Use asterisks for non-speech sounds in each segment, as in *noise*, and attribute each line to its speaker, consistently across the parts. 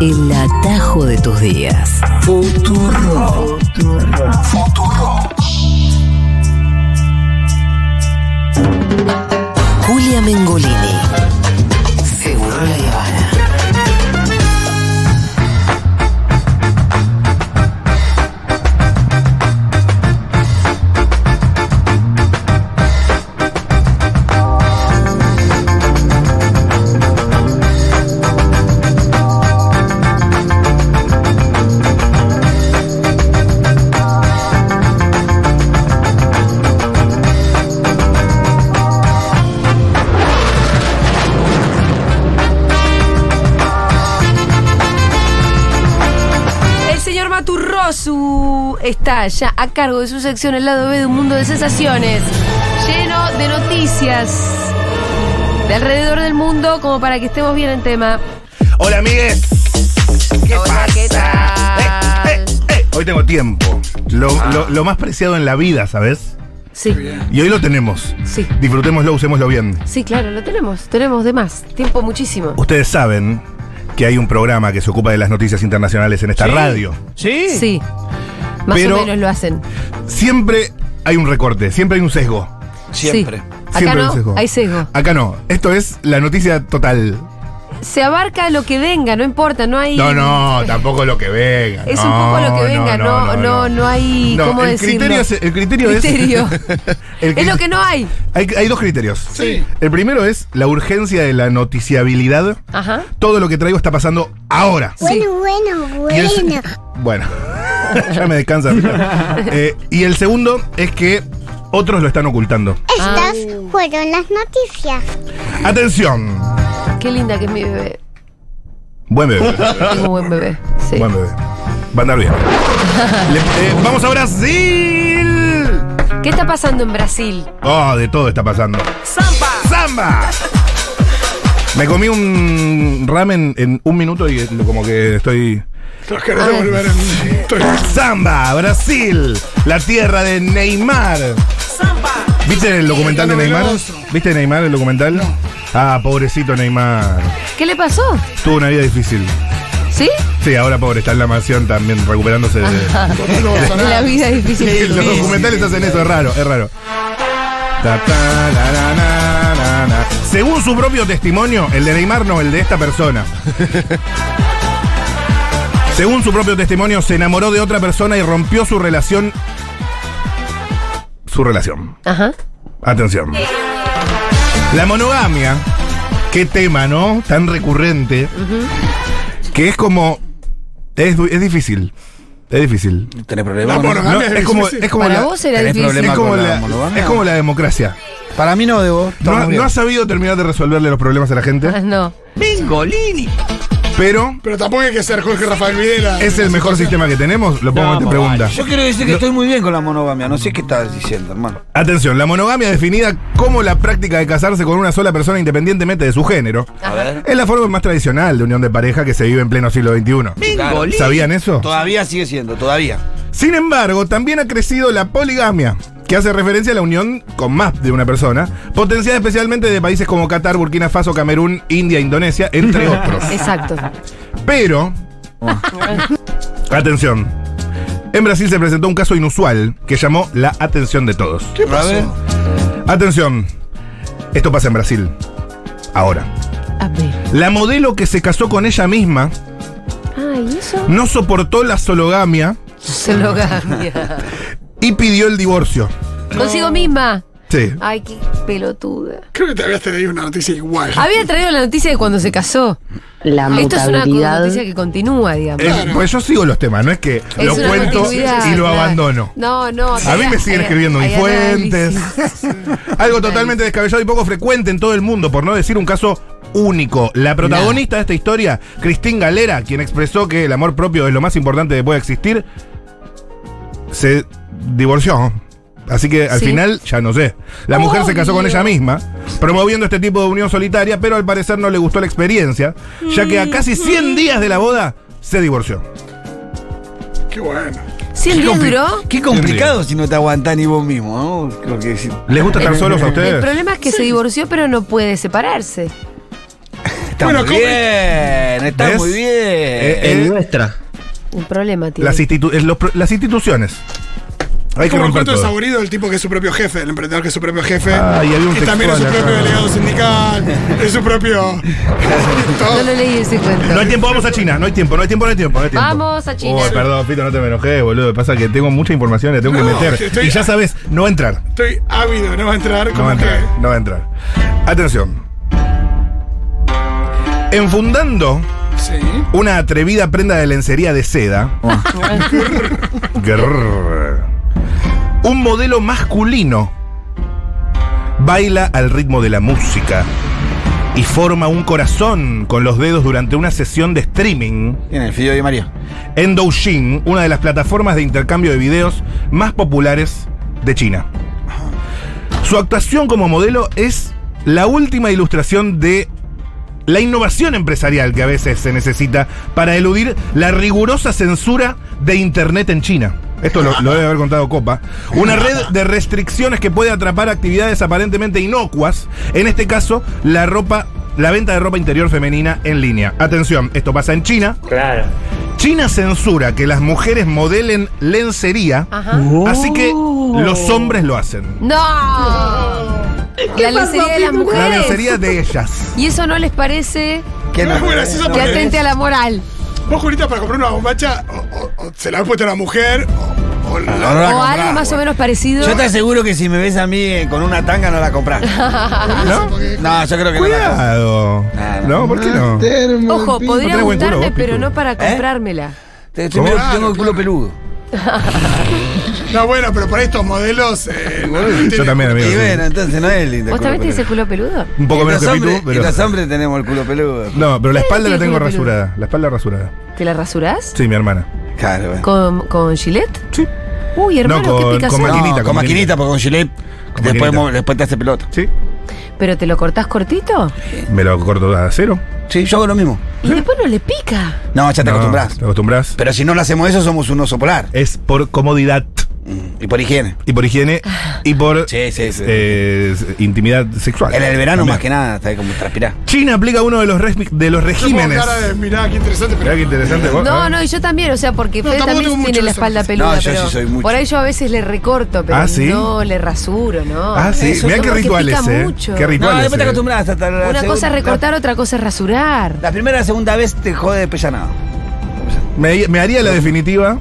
Speaker 1: El atajo de tus días. Futuro. Julia Mengolini. Seguro la Habana.
Speaker 2: El señor Maturrosu está ya a cargo de su sección El lado B de un mundo de sensaciones, lleno de noticias de alrededor del mundo, como para que estemos bien en tema.
Speaker 3: Hola, amigues. ¿Qué
Speaker 2: Hola,
Speaker 3: pasa?
Speaker 2: ¿qué tal?
Speaker 3: Eh, eh, eh. Hoy tengo tiempo. Lo, lo- lo más preciado en la vida, ¿sabes?
Speaker 2: Sí,
Speaker 3: Y hoy lo tenemos.
Speaker 2: Sí.
Speaker 3: Disfrutémoslo, usémoslo bien.
Speaker 2: sí, claro, lo tenemos, tenemos de más, tiempo muchísimo.
Speaker 3: Ustedes saben que hay un programa que se ocupa de las noticias internacionales en esta
Speaker 4: ¿Sí?
Speaker 3: radio.
Speaker 4: ¿Sí?
Speaker 2: Sí, más
Speaker 3: Pero-
Speaker 2: o menos lo hacen.
Speaker 3: Siempre hay un recorte, siempre hay un sesgo.
Speaker 2: Siempre. Acá
Speaker 3: Siempre hay un
Speaker 2: no,
Speaker 3: sesgo.
Speaker 2: hay sesgo.
Speaker 3: Acá no. Esto es la noticia total.
Speaker 2: Se abarca lo que venga, no importa, no hay...
Speaker 3: No, no, tampoco lo que venga.
Speaker 2: Es un
Speaker 3: No,
Speaker 2: poco lo que venga, no, no, no, hay
Speaker 3: No,
Speaker 2: cómo
Speaker 3: el
Speaker 2: decirlo.
Speaker 3: criterio es- *laughs* el criterio
Speaker 2: *laughs*
Speaker 3: es-
Speaker 2: Criterio.
Speaker 3: El
Speaker 2: es lo
Speaker 3: cri-
Speaker 2: que no hay.
Speaker 3: Hay, hay dos criterios. Sí. El primero es la urgencia de la noticiabilidad.
Speaker 2: Ajá.
Speaker 3: Todo lo que traigo está pasando ahora.
Speaker 2: Sí.
Speaker 5: Bueno, bueno,
Speaker 3: Y el
Speaker 5: bueno.
Speaker 3: se- bueno, *laughs* ya me descansa.
Speaker 2: *laughs*
Speaker 3: Eh, y el segundo es que otros lo están ocultando.
Speaker 5: Estas fueron las noticias.
Speaker 3: Atención.
Speaker 2: Qué linda que es mi bebé.
Speaker 3: Buen bebé.
Speaker 2: Tengo un buen bebé. Sí.
Speaker 3: Buen bebé. Va a andar bien. Le- eh, vamos a Brasil.
Speaker 2: ¿Qué está pasando en Brasil?
Speaker 3: Oh, de todo está pasando. ¡Zamba! ¡Zamba! Me comí un ramen en un minuto y eh, como que estoy... Samba, Brasil, la tierra de Neymar. ¿Viste el documental de Neymar? ¿Viste Neymar el documental? Ah, pobrecito Neymar.
Speaker 2: ¿Qué le pasó?
Speaker 3: Tuvo una vida difícil.
Speaker 2: ¿Sí?
Speaker 3: Sí, ahora pobre, está en la mansión también recuperándose de.
Speaker 2: La vida es difícil.
Speaker 3: Los documentales hacen eso, es raro, es raro. Ta, ta, la, la, la, la, la. Según su propio testimonio, el de Neymar no, el de esta persona. Según su propio testimonio, se enamoró de otra persona y rompió su relación. Su relación.
Speaker 2: Ajá.
Speaker 3: Atención. La monogamia, qué tema, ¿no? Tan recurrente. Que es como. Es, du- es difícil. Es difícil.
Speaker 4: ¿Tenés problemas? con eso?
Speaker 3: No, es, como, es como
Speaker 2: Para
Speaker 3: la,
Speaker 2: vos era
Speaker 4: ¿Tenés
Speaker 2: difícil.
Speaker 3: es
Speaker 4: problema
Speaker 3: como
Speaker 4: con la
Speaker 3: la-
Speaker 4: monogamia?
Speaker 3: es como la democracia.
Speaker 4: Para mí no, debo.
Speaker 3: No, no ha sabido terminar de resolverle los problemas a
Speaker 2: *laughs*
Speaker 3: la gente,
Speaker 2: Ah, No.
Speaker 3: pero
Speaker 6: Pero tampoco hay que ser Jorge Rafael Videla.
Speaker 3: es el mejor sistema que tenemos. Lo pongo en este pregunta.
Speaker 4: Yo quiero decir que estoy muy bien con la monogamia. No sé qué estás diciendo, hermano.
Speaker 3: Atención, la monogamia definida como la práctica de casarse con una sola persona independientemente de su género.
Speaker 4: A ver.
Speaker 3: Es la forma más tradicional de unión de pareja que se vive en pleno siglo XXI. ¿Sabían eso?
Speaker 4: Todavía sigue siendo, todavía.
Speaker 3: Sin embargo, también ha crecido la poligamia, que hace referencia a la unión con más de una persona, potenciada especialmente de países como Qatar, Burkina Faso, Camerún, India, Indonesia, entre otros.
Speaker 2: Exacto.
Speaker 3: Pero, atención, en Brasil se presentó un caso inusual que llamó la atención de todos.
Speaker 4: ¿Qué pasó?
Speaker 3: Atención, esto pasa en Brasil. Ahora,
Speaker 2: A ver.
Speaker 3: la modelo que se casó con ella misma
Speaker 2: Ah, ¿y eso?
Speaker 3: no soportó la sologamia
Speaker 2: Se lo cambia.
Speaker 3: y pidió el divorcio.
Speaker 2: Consigo misma.
Speaker 3: Sí.
Speaker 2: Ay, qué pelotuda.
Speaker 6: Creo que te habías traído una noticia igual.
Speaker 2: Había traído la noticia de cuando se casó.
Speaker 1: La
Speaker 2: Esto es una
Speaker 1: mutabilidad.
Speaker 2: noticia que continúa, digamos.
Speaker 3: Es- pues yo sigo los temas, no es que
Speaker 2: Es
Speaker 3: lo
Speaker 2: una
Speaker 3: cuento y lo
Speaker 2: continuidad, claro. *laughs*
Speaker 3: abandono.
Speaker 2: No, no.
Speaker 3: A mí me siguen escribiendo mis
Speaker 2: mis
Speaker 3: fuentes. Algo totalmente descabellado y poco frecuente en todo el mundo, por no decir un caso único. La protagonista de esta historia, Cristín Galera, quien expresó que el amor propio es lo más importante que puede existir, se divorció. Así que al
Speaker 2: Sí.
Speaker 3: final, ya no sé. La mujer se casó con
Speaker 2: Obvio.
Speaker 3: ella misma, promoviendo este tipo de unión solitaria, pero al parecer no le gustó la experiencia, ya que
Speaker 2: Mm.
Speaker 3: a casi 100 días de la boda se divorció.
Speaker 6: Qué bueno.
Speaker 2: ¿100 días duró?
Speaker 4: Qué complicado si no te aguantás ni vos mismo, ¿no? Creo que sí.
Speaker 3: ¿Les gusta estar solos a
Speaker 2: El
Speaker 3: ustedes?
Speaker 2: problema es que se divorció, pero no puede separarse.
Speaker 4: Está
Speaker 6: Bueno,
Speaker 4: muy
Speaker 6: ¿cómo
Speaker 4: bien, está
Speaker 3: ¿Ves?
Speaker 4: muy bien.
Speaker 3: Eh,
Speaker 7: En
Speaker 3: eh,
Speaker 7: nuestra.
Speaker 2: Un problema tiene.
Speaker 3: las, institu- eh, los pro- las instituciones. Hay que
Speaker 6: Como el
Speaker 3: romper
Speaker 6: cuento de
Speaker 3: todo.
Speaker 6: Saborido, el tipo que es su propio jefe, el emprendedor que es su propio jefe,
Speaker 3: Ay, Ah, había un
Speaker 6: que también es su
Speaker 3: textual
Speaker 6: propio
Speaker 3: acá.
Speaker 6: delegado sindical, es su
Speaker 3: *laughs*
Speaker 6: propio...
Speaker 2: No
Speaker 6: todo.
Speaker 2: lo leí ese cuento.
Speaker 3: No hay tiempo, vamos a China. No hay tiempo, no hay tiempo, no hay tiempo. No hay tiempo.
Speaker 2: Vamos a China.
Speaker 3: Uy, perdón, Pito, no te me enojé, boludo. Pasa que tengo mucha información, le tengo que
Speaker 6: No,
Speaker 3: meter.
Speaker 6: estoy-
Speaker 3: Y ya sabes, no va a entrar.
Speaker 6: Estoy ávido, no va a entrar
Speaker 3: No
Speaker 6: como
Speaker 3: va a entrar,
Speaker 6: que...
Speaker 3: no va a entrar. Atención. Enfundando
Speaker 6: Sí.
Speaker 3: una atrevida prenda de lencería de seda. *laughs* Grrr. un modelo masculino baila al ritmo de la música y forma un corazón con los dedos durante una sesión de streaming
Speaker 4: Tiene el Fideo de María.
Speaker 3: en Douyin, una de las plataformas de intercambio de videos más populares de China. Su actuación como modelo es la última ilustración de la innovación empresarial que a veces se necesita para eludir la rigurosa censura de Internet en China. Esto lo, lo debe haber contado Copa. Una red de restricciones que puede atrapar actividades aparentemente inocuas, en este caso la ropa, la venta de ropa interior femenina en línea. Atención, esto pasa en China.
Speaker 8: Claro.
Speaker 3: China censura que las mujeres modelen lencería,
Speaker 2: Ajá.
Speaker 3: así que los hombres lo hacen.
Speaker 2: ¡No! La lencería de las
Speaker 3: La
Speaker 2: mujeres.
Speaker 3: lencería de
Speaker 2: *laughs*
Speaker 3: ellas.
Speaker 2: Y eso no les parece
Speaker 4: ¿Qué
Speaker 6: No,
Speaker 4: nos-
Speaker 6: bueno, si esa
Speaker 2: que
Speaker 6: parte-
Speaker 2: atente a la moral.
Speaker 6: Vos, Julita, para comprar una bombacha, o, o- o se la has puesto a una mujer, o, o la-
Speaker 3: Ah,
Speaker 4: no
Speaker 2: O
Speaker 4: la comprás,
Speaker 2: algo más o
Speaker 4: güey.
Speaker 2: menos parecido.
Speaker 4: Yo te aseguro que si me ves a mí eh, con una tanga no la compras.
Speaker 2: *laughs*
Speaker 3: ¿No?
Speaker 4: No, yo creo que no la
Speaker 3: Cuidado.
Speaker 4: Ah,
Speaker 3: No, ¿por qué no?
Speaker 2: Ojo, podría
Speaker 3: tenés buen culo,
Speaker 2: gustarme,
Speaker 3: vos,
Speaker 2: pero
Speaker 3: Pitu.
Speaker 2: no para comprármela.
Speaker 4: compras.
Speaker 3: ¿Cómo?
Speaker 4: Tengo, tengo el culo peludo.
Speaker 6: No, bueno, pero para estos
Speaker 3: *laughs*
Speaker 6: modelos. eh, no, no
Speaker 3: Yo
Speaker 6: tiene-
Speaker 3: también, amigo.
Speaker 4: Y
Speaker 3: sí.
Speaker 4: bueno, entonces no es lindo.
Speaker 2: ¿Vos
Speaker 4: el culo
Speaker 2: también tenés el
Speaker 4: peludo.
Speaker 2: culo peludo?
Speaker 3: Un poco
Speaker 4: Y
Speaker 3: menos que
Speaker 4: los
Speaker 3: Pitu,
Speaker 4: hombres-
Speaker 3: pero.
Speaker 4: Y los hombres tenemos el culo peludo.
Speaker 3: No, pero la espalda la
Speaker 2: tiene
Speaker 3: tengo
Speaker 2: culo peludo?
Speaker 3: rasurada. La espalda rasurada.
Speaker 2: ¿Te la rasurás?
Speaker 3: Sí, mi hermana.
Speaker 4: Claro, güey.
Speaker 2: ¿Con, con Gillette?
Speaker 3: Sí.
Speaker 2: Uy, hermano,
Speaker 3: No, con-
Speaker 2: qué picazón.
Speaker 3: con maquinita,
Speaker 4: No, con maquinita, porque con Gillette
Speaker 3: Con
Speaker 4: después,
Speaker 3: maquinita.
Speaker 4: mo- después te hace pelota.
Speaker 3: Sí.
Speaker 2: ¿Pero te lo cortás cortito?
Speaker 3: Me lo corto a cero.
Speaker 4: Sí, yo hago lo mismo.
Speaker 2: Y
Speaker 3: ¿Eh?
Speaker 2: después no le pica.
Speaker 4: No, ya
Speaker 3: No,
Speaker 4: te acostumbras.
Speaker 3: Te Eh. acostumbras.
Speaker 4: Pero si no lo hacemos eso, somos un oso polar. Mm,
Speaker 3: Es por comodidad
Speaker 4: Y por higiene.
Speaker 3: y por higiene y por
Speaker 4: Sí, sí, sí.
Speaker 3: eh, intimidad sexual.
Speaker 4: En el verano,
Speaker 3: También.
Speaker 4: más que nada, está como transpirá.
Speaker 3: China aplica uno de los, resmi- de los
Speaker 6: Yo pongo
Speaker 3: regímenes.
Speaker 6: cara de, mirá, qué interesante, pero.
Speaker 3: Mirá qué interesante. vos,
Speaker 2: No,
Speaker 3: ¿eh?
Speaker 2: no, y yo también, o sea, porque
Speaker 6: No,
Speaker 2: Fede
Speaker 6: tampoco
Speaker 2: también
Speaker 6: tengo
Speaker 2: tiene
Speaker 6: mucho
Speaker 2: la
Speaker 6: eso.
Speaker 2: espalda peluda.
Speaker 4: No, yo
Speaker 2: pero
Speaker 4: sí soy mucho.
Speaker 2: Por ahí yo a veces le recorto, pero
Speaker 3: Ah, ¿sí?
Speaker 2: no le rasuro, ¿no?
Speaker 3: Ah, sí.
Speaker 2: Eso
Speaker 3: Mirá
Speaker 2: no,
Speaker 3: qué
Speaker 2: porque
Speaker 3: rituales,
Speaker 2: pica
Speaker 3: ¿eh?
Speaker 2: mucho.
Speaker 3: Qué ri-
Speaker 4: No,
Speaker 3: ¿Cuál es
Speaker 4: después
Speaker 3: el-
Speaker 4: te acostumbras hasta la
Speaker 2: Una cosa es recortar, otra cosa es rasurar.
Speaker 4: La, la primera, segunda vez te jode de pellanado.
Speaker 3: Me, me haría la definitiva,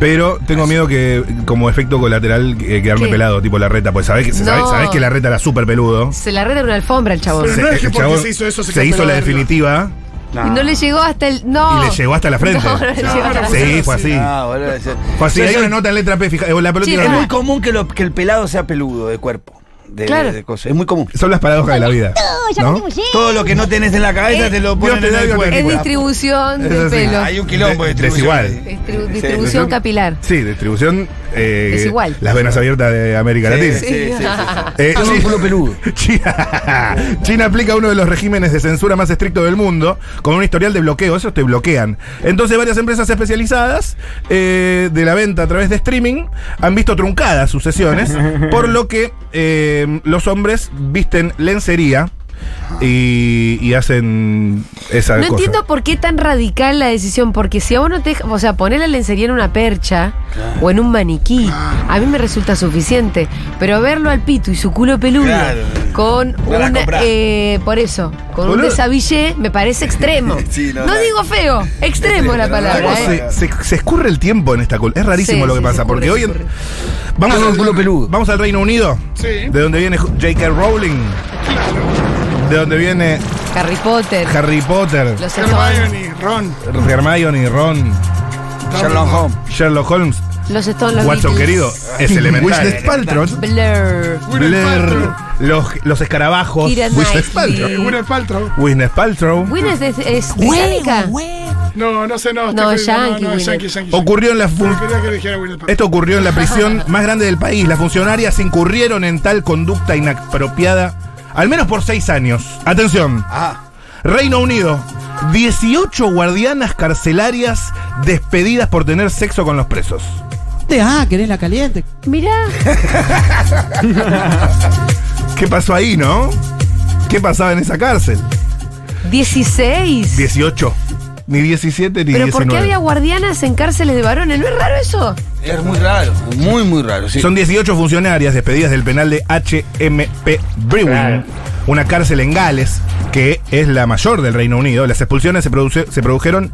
Speaker 3: pero tengo miedo que, como efecto colateral, eh, quedarme
Speaker 2: ¿Qué?
Speaker 3: pelado, tipo la reta. Pues sabés que,
Speaker 2: No.
Speaker 3: sabés- sabés que la reta era súper peludo.
Speaker 2: Se la reta en una alfombra el chabón.
Speaker 6: Pero no
Speaker 3: Se-
Speaker 6: es que
Speaker 3: el
Speaker 6: porque
Speaker 3: chabón
Speaker 6: se hizo eso, se
Speaker 3: se
Speaker 6: quedó
Speaker 3: hizo la
Speaker 6: pelado.
Speaker 3: definitiva
Speaker 2: Y no le llegó hasta el. No.
Speaker 3: y le llegó hasta la frente.
Speaker 2: No, no le llegó hasta la
Speaker 3: Ah, sí,
Speaker 6: frente.
Speaker 3: fue así.
Speaker 4: No, boludo. es-
Speaker 3: Fue así.
Speaker 4: Yo
Speaker 3: Hay
Speaker 4: soy-
Speaker 3: una nota en letra P, fija- o la pelota
Speaker 2: Sí,
Speaker 3: tiene
Speaker 4: Es
Speaker 3: una-
Speaker 4: muy común que, lo- que el pelado sea peludo de cuerpo. De,
Speaker 2: Claro.
Speaker 4: de cosas. Es muy común.
Speaker 3: Son las paradojas de la vida. ¿no?
Speaker 4: Todo lo que no tenés en la cabeza te lo ponen
Speaker 3: te
Speaker 4: en
Speaker 3: da
Speaker 4: el
Speaker 3: Dios te
Speaker 2: Eh, Es
Speaker 3: Bueno,
Speaker 4: cuerpo.
Speaker 2: distribución del
Speaker 3: Eso sí.
Speaker 2: pelo.
Speaker 4: Hay un quilombo de
Speaker 3: De-
Speaker 4: distribución.
Speaker 3: desigual.
Speaker 2: Es tri-
Speaker 4: Sí,
Speaker 2: distribución
Speaker 4: sí.
Speaker 2: capilar.
Speaker 3: Sí, distribución. eh,
Speaker 2: Desigual.
Speaker 3: Las venas abiertas de América
Speaker 4: Sí,
Speaker 3: Latina.
Speaker 4: sí, sí, sí, sí.
Speaker 3: Eh,
Speaker 4: Todo
Speaker 3: China-
Speaker 4: culo peludo.
Speaker 3: China, *laughs* China aplica uno de los regímenes de censura más estrictos del mundo, con un historial de bloqueo, esos te bloquean. Entonces varias empresas especializadas eh, de la venta a través de streaming han visto truncadas sus
Speaker 4: *laughs*
Speaker 3: sesiones, por lo que eh, los hombres visten lencería y, y hacen esa
Speaker 2: No
Speaker 3: cosa.
Speaker 2: entiendo por qué tan radical la decisión, porque si a uno te, o sea, poner la lencería en una percha o en un maniquí, a mí me resulta suficiente, pero verlo al pito y su culo peludo
Speaker 4: Claro.
Speaker 2: con
Speaker 4: No la
Speaker 2: un
Speaker 4: comprás.
Speaker 2: eh, por eso, con
Speaker 3: Boludo.
Speaker 2: un desabillé me parece extremo.
Speaker 3: *laughs*
Speaker 4: Sí, no,
Speaker 2: no
Speaker 4: la-
Speaker 2: digo feo, extremo la
Speaker 3: ¿Cómo
Speaker 2: palabra. ¿eh?
Speaker 3: se, se- se escurre el tiempo en esta cultura. Es rarísimo
Speaker 2: Sí,
Speaker 3: lo que
Speaker 2: sí,
Speaker 3: pasa,
Speaker 2: se
Speaker 3: porque
Speaker 2: ocurre,
Speaker 3: hoy
Speaker 2: se
Speaker 3: en-
Speaker 2: ocurre.
Speaker 3: vamos,
Speaker 4: Todo
Speaker 3: al,
Speaker 4: culo peludo.
Speaker 3: vamos al Reino Unido,
Speaker 6: Sí.
Speaker 3: de donde viene J.K. Rowling, de donde viene
Speaker 2: Harry Potter,
Speaker 3: Harry Potter,
Speaker 2: los Stones,
Speaker 6: Hermione, Ron.
Speaker 3: Hermione, Ron,
Speaker 4: Sherlock Holmes.
Speaker 3: Sherlock Holmes,
Speaker 2: los Stones, los
Speaker 3: Watson
Speaker 2: Beatles,
Speaker 3: querido, es elemental.
Speaker 4: Wisdom
Speaker 3: Paltrow,
Speaker 2: Blur,
Speaker 3: Blair, los, los escarabajos,
Speaker 2: Keira
Speaker 3: Wisdom
Speaker 2: Knightley.
Speaker 3: Paltrow,
Speaker 6: Una Paltrow.
Speaker 3: Wisdom Paltrow.
Speaker 2: Winnes es, es británica.
Speaker 6: No, no sé, no.
Speaker 2: No,
Speaker 6: estoy-
Speaker 2: Yankee,
Speaker 6: No, no,
Speaker 2: Winnet.
Speaker 6: Yankee, Yankee.
Speaker 3: Ocurrió en la fun-
Speaker 6: Yankee. Quería que dijera Winnet Paltrow.
Speaker 3: Esto ocurrió en la prisión más grande del país. Las funcionarias incurrieron en tal conducta inapropiada, al menos por seis años. Atención,
Speaker 4: Ah,
Speaker 3: Reino Unido, 18 guardianas carcelarias despedidas por tener sexo con los presos.
Speaker 9: Ah, querés la caliente.
Speaker 2: Mirá,
Speaker 3: ¿Qué pasó ahí, no? ¿Qué pasaba en esa cárcel?
Speaker 2: ¿16?
Speaker 3: 18. Ni 17 ni
Speaker 2: ¿Pero
Speaker 3: 19.
Speaker 2: por qué había guardianas en cárceles de varones? ¿No es raro eso?
Speaker 4: Ah, Es muy raro. Muy, muy raro, sí.
Speaker 3: Son 18 funcionarias despedidas del penal de HMP Brewing, una cárcel en Gales, que es la mayor del Reino Unido. Las expulsiones se, produce- se produjeron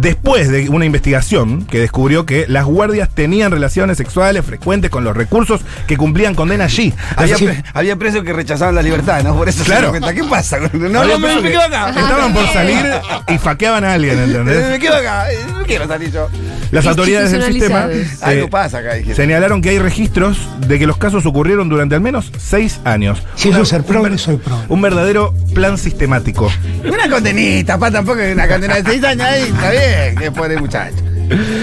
Speaker 3: después de una investigación que descubrió que las guardias tenían relaciones sexuales frecuentes con los recursos que cumplían condena allí.
Speaker 4: había,
Speaker 3: Las-
Speaker 4: pre- había presos que rechazaban la libertad, ¿no? Por eso se
Speaker 3: Claro.
Speaker 4: dieron cuenta. ¿Qué pasa? No,
Speaker 3: había presos
Speaker 4: no, me, me
Speaker 3: que
Speaker 4: quedo acá.
Speaker 3: Estaban por salir y faqueaban a alguien,
Speaker 4: Eh, Me
Speaker 3: ¿entendés?
Speaker 4: quedo acá. eh, No quiero salir yo.
Speaker 3: Las autoridades del sistema
Speaker 2: Institucionalizados.
Speaker 3: eh,
Speaker 4: Algo pasa acá, dije.
Speaker 3: señalaron que hay registros de que los casos ocurrieron durante al menos seis años.
Speaker 7: Si yo ser progre, soy progre.
Speaker 3: Un verdadero plan sistemático.
Speaker 4: Una condenita, pa, tampoco es una condena de seis años ahí, está bien, que pobre muchacho.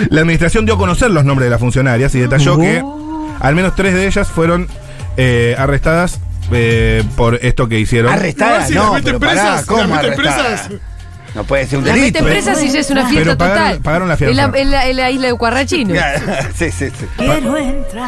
Speaker 3: La administración dio a conocer los nombres de las funcionarias y detalló que
Speaker 2: Oh.
Speaker 3: al menos tres de ellas fueron eh, arrestadas eh, por esto que hicieron.
Speaker 4: Arrestada,
Speaker 6: Igual si
Speaker 4: no,
Speaker 6: las meten
Speaker 4: pero pará,
Speaker 6: presas, si
Speaker 4: ¿cómo
Speaker 6: las meten
Speaker 4: arrestada?
Speaker 6: presas.
Speaker 4: No puede ser un
Speaker 2: Las
Speaker 4: delito. ¿eh?
Speaker 2: meten presas y ya es una fiesta
Speaker 3: Pero pagaron-
Speaker 2: total.
Speaker 3: pagaron la
Speaker 2: En
Speaker 3: fianza.
Speaker 2: la, en la- en la isla de Cuarrachino.
Speaker 4: *laughs* sí, sí, sí.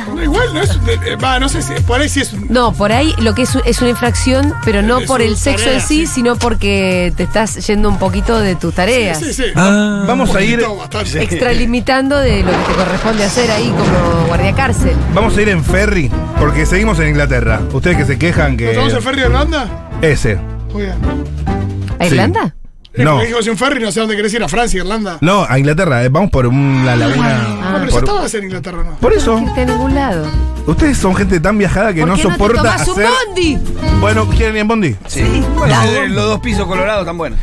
Speaker 6: No, igual no es. un- eh, Va, no sé si. Por ahí sí es un.
Speaker 2: No, por ahí lo que es, es una infracción, pero no
Speaker 6: Es
Speaker 2: por
Speaker 6: una
Speaker 2: el sexo
Speaker 6: tarea,
Speaker 2: en sí,
Speaker 6: sí.
Speaker 2: sino porque te estás yendo un poquito de tus tareas.
Speaker 6: Sí, sí.
Speaker 3: Ah, Vamos a ir,
Speaker 6: Poquito, bastante.
Speaker 2: Extralimitando de lo que te corresponde hacer ahí como guardia cárcel.
Speaker 3: vamos a ir en ferry porque seguimos en Inglaterra. Ustedes que se quejan
Speaker 6: ¿Nos
Speaker 4: Eh,
Speaker 3: que
Speaker 6: vamos en ferry a Irlanda?
Speaker 3: ese
Speaker 6: Muy bien.
Speaker 2: ¿A
Speaker 3: Sí.
Speaker 2: Irlanda?
Speaker 3: no.
Speaker 6: No. dijimos en ferry, no sé dónde querés ir, a Francia, Irlanda.
Speaker 3: No, a Inglaterra, eh, vamos por un-
Speaker 2: Ah,
Speaker 3: la
Speaker 4: Ah,
Speaker 3: laguna.
Speaker 6: No, pero ya
Speaker 3: por,
Speaker 6: estabas en Inglaterra, ¿no?
Speaker 3: por
Speaker 2: No
Speaker 3: eso,
Speaker 2: quiero irte a ningún lado.
Speaker 3: ustedes son gente tan viajada que
Speaker 2: ¿Por
Speaker 3: no
Speaker 2: qué no te
Speaker 3: soporta
Speaker 2: tomás un
Speaker 3: hacer.
Speaker 2: bondi?
Speaker 3: Bueno, ¿quieren ir en Bondi?
Speaker 4: Sí. Bueno, eh, los dos pisos colorados están buenos.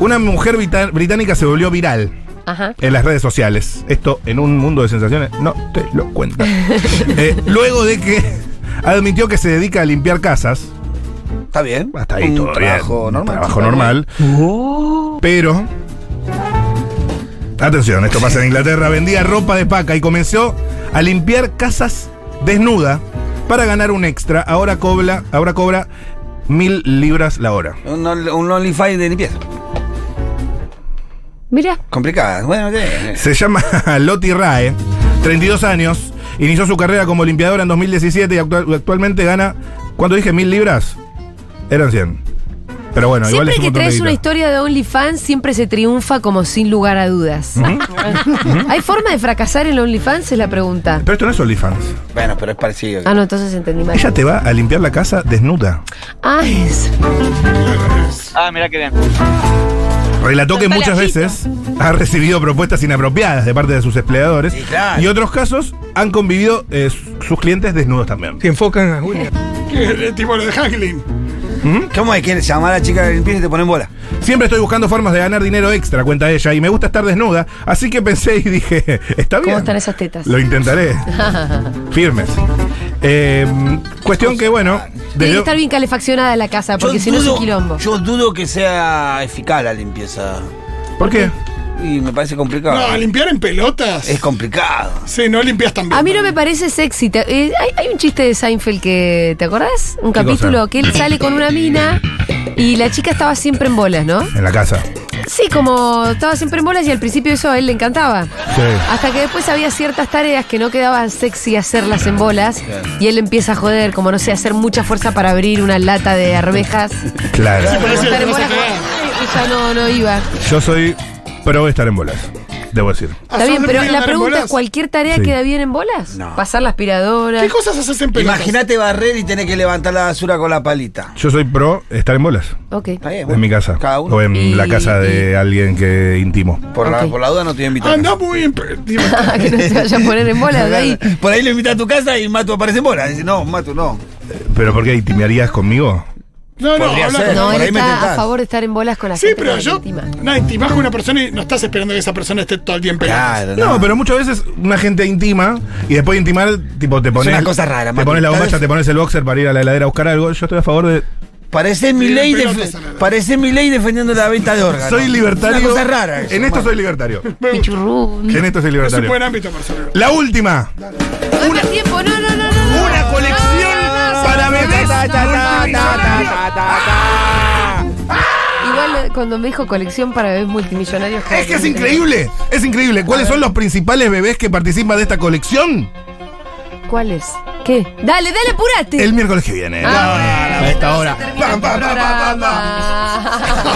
Speaker 3: Una mujer brita- británica se volvió viral.
Speaker 2: Ajá.
Speaker 3: en las redes sociales. Esto en un mundo de sensaciones no te lo cuenta. Eh, luego de que admitió que se dedica a limpiar casas.
Speaker 4: Está bien.
Speaker 3: Hasta ahí
Speaker 4: Un
Speaker 3: todo
Speaker 4: trabajo
Speaker 3: bien.
Speaker 4: normal.
Speaker 3: Trabajo
Speaker 4: Está
Speaker 3: normal. Pero. Atención, esto pasa en Inglaterra. Vendía ropa de paca y comenzó a limpiar casas desnuda para ganar un extra. Ahora cobra, ahora cobra mil libras la hora.
Speaker 4: bien. Un, on- un OnlyFi de limpieza.
Speaker 2: Mira,
Speaker 4: Complicada. Bueno, ¿qué?
Speaker 3: Se llama *laughs* Loti Rae, 32 años. Inició su carrera como limpiadora en 2017 y actua- actualmente gana, ¿cuánto dije? ¿Mil libras? Eran 100. Pero bueno, igual
Speaker 2: siempre
Speaker 3: es un
Speaker 2: que
Speaker 3: montón de
Speaker 2: traes una
Speaker 3: guita.
Speaker 2: historia de OnlyFans, siempre se triunfa como sin lugar a dudas. *laughs* ¿Hay forma de fracasar en OnlyFans? Es la pregunta.
Speaker 3: Pero esto no es OnlyFans.
Speaker 4: Bueno, pero es parecido.
Speaker 2: Ah, no, entonces entendí mal.
Speaker 3: Ella te va a limpiar la casa desnuda. *laughs*
Speaker 2: Ah, es.
Speaker 8: Ah, mirá que bien.
Speaker 3: Relató que muchas veces ha recibido propuestas inapropiadas de parte de sus empleadores.
Speaker 4: Sí, claro.
Speaker 3: Y otros casos han convivido eh, su- sus clientes desnudos también.
Speaker 7: Si enfocan a Julia.
Speaker 6: Que, eh, tipo lo de Haglin.
Speaker 4: ¿Cómo es que llamar a la chica de limpieza y te ponen bola?
Speaker 3: Siempre estoy buscando formas de ganar dinero extra, cuenta ella, y me gusta estar desnuda, así que pensé y dije, *laughs* está bien.
Speaker 2: ¿Cómo están esas tetas? *laughs*
Speaker 3: Lo intentaré. Firmes. Eh, cuestión que, bueno.
Speaker 2: Tiene que
Speaker 3: desde-
Speaker 2: estar bien calefaccionada la casa, porque si no es un quilombo.
Speaker 4: Yo dudo que sea eficaz la limpieza.
Speaker 3: ¿Por qué?
Speaker 4: Y me parece complicado.
Speaker 6: No, limpiar en pelotas.
Speaker 4: Ah. es complicado.
Speaker 6: Sí, no limpias también.
Speaker 2: A mí no me parece sexy. Te- eh, hay, hay un chiste de Seinfeld que. ¿Te acordás? Un
Speaker 3: ¿Qué
Speaker 2: capítulo
Speaker 3: cosa?
Speaker 2: que él sale con una mina y la chica estaba siempre en bolas, ¿no?
Speaker 3: En la casa.
Speaker 2: Sí, como estaba siempre en bolas y al principio eso a él le encantaba. Hasta que después había ciertas tareas que no quedaban sexy hacerlas en bolas y él empieza a joder, como no sé, hacer mucha fuerza para abrir una lata de arvejas.
Speaker 3: Claro.
Speaker 6: Por eso
Speaker 2: Estar en
Speaker 6: no se
Speaker 2: bolas,
Speaker 6: caga.
Speaker 2: y ya no, no iba.
Speaker 3: Yo soy pro estar en bolas, debo decir.
Speaker 6: Ah,
Speaker 2: Está
Speaker 6: ¿sos
Speaker 2: bien,
Speaker 6: de
Speaker 2: pero
Speaker 6: andar
Speaker 2: la
Speaker 6: en
Speaker 2: pregunta es,
Speaker 6: bolas?
Speaker 2: ¿cualquier tarea
Speaker 3: Sí.
Speaker 2: queda bien en bolas?
Speaker 4: No.
Speaker 2: Pasar la aspiradora.
Speaker 6: ¿Qué cosas haces en pelotas?
Speaker 4: Imagínate barrer y tener que levantar la basura con la palita.
Speaker 3: Yo soy pro estar en bolas.
Speaker 2: Ok.
Speaker 4: Está bien,
Speaker 3: en
Speaker 4: Eh, bueno,
Speaker 3: mi casa.
Speaker 4: Cada uno.
Speaker 3: O en
Speaker 2: Y-
Speaker 3: la casa de alguien que intimo.
Speaker 4: Por, la,
Speaker 2: Ok.
Speaker 4: por la duda no te voy a
Speaker 3: Ah,
Speaker 4: invitar.
Speaker 6: Anda muy bien. pe- digo,
Speaker 2: que no *laughs* se vaya a poner en
Speaker 4: *laughs*
Speaker 2: bolas de ahí.
Speaker 4: Por ahí lo invita a tu casa y Matu aparece en bola. Dice, no, Matu, no.
Speaker 3: ¿Pero por qué intimarías conmigo?
Speaker 6: No, no,
Speaker 4: Podría
Speaker 6: habla
Speaker 4: ser.
Speaker 6: con-
Speaker 2: No,
Speaker 4: por
Speaker 2: él
Speaker 4: ahí me
Speaker 2: está
Speaker 4: tentás.
Speaker 2: a favor de estar en bolas con la
Speaker 6: Sí,
Speaker 2: gente
Speaker 6: pero
Speaker 2: que
Speaker 6: yo.
Speaker 2: intima.
Speaker 6: Nadie te vas con una persona y no estás esperando que esa persona esté todo el día en pelotas.
Speaker 4: Claro,
Speaker 3: No, pero muchas veces una gente intima y después de intimar, tipo, te pones.
Speaker 4: una cosa rara,
Speaker 3: Te
Speaker 4: Mati.
Speaker 3: pones la
Speaker 4: Tal
Speaker 3: bombacha,
Speaker 4: vez-
Speaker 3: te pones el boxer para ir a la heladera a buscar algo. Yo estoy a favor de.
Speaker 4: Parece mi ley,
Speaker 6: pero
Speaker 4: def-
Speaker 6: no pasa nada.
Speaker 4: parece mi ley defendiendo la venta de órganos.
Speaker 3: Soy libertario.
Speaker 4: Es una cosa rara. eso,
Speaker 3: en esto
Speaker 4: Matu.
Speaker 3: soy
Speaker 4: *laughs*
Speaker 3: libertario.
Speaker 2: Pichurrún.
Speaker 3: En esto soy
Speaker 6: Es un
Speaker 3: libertario.
Speaker 6: buen ámbito personal.
Speaker 3: La última.
Speaker 2: No hay más tiempo, no, no, no, no, no.
Speaker 3: Una colección
Speaker 2: No, no, no,
Speaker 3: para
Speaker 2: no,
Speaker 3: ver-
Speaker 2: no, no,
Speaker 3: ta, ta, ta,
Speaker 2: no, no,
Speaker 3: ta,
Speaker 2: no, no. Igual eh, cuando me dijo colección para bebés multimillonarios.
Speaker 3: Es que es increíble. Es increíble. ¿Cuáles son los principales bebés que participan de esta colección?
Speaker 2: ¿Cuál es? ¿Qué? Dale, dale, apurate.
Speaker 3: El miércoles que viene.
Speaker 2: Ah,
Speaker 3: a esta hora.
Speaker 2: Termina el
Speaker 3: Pam, pam, pam, pam, pam, pam.
Speaker 2: programa.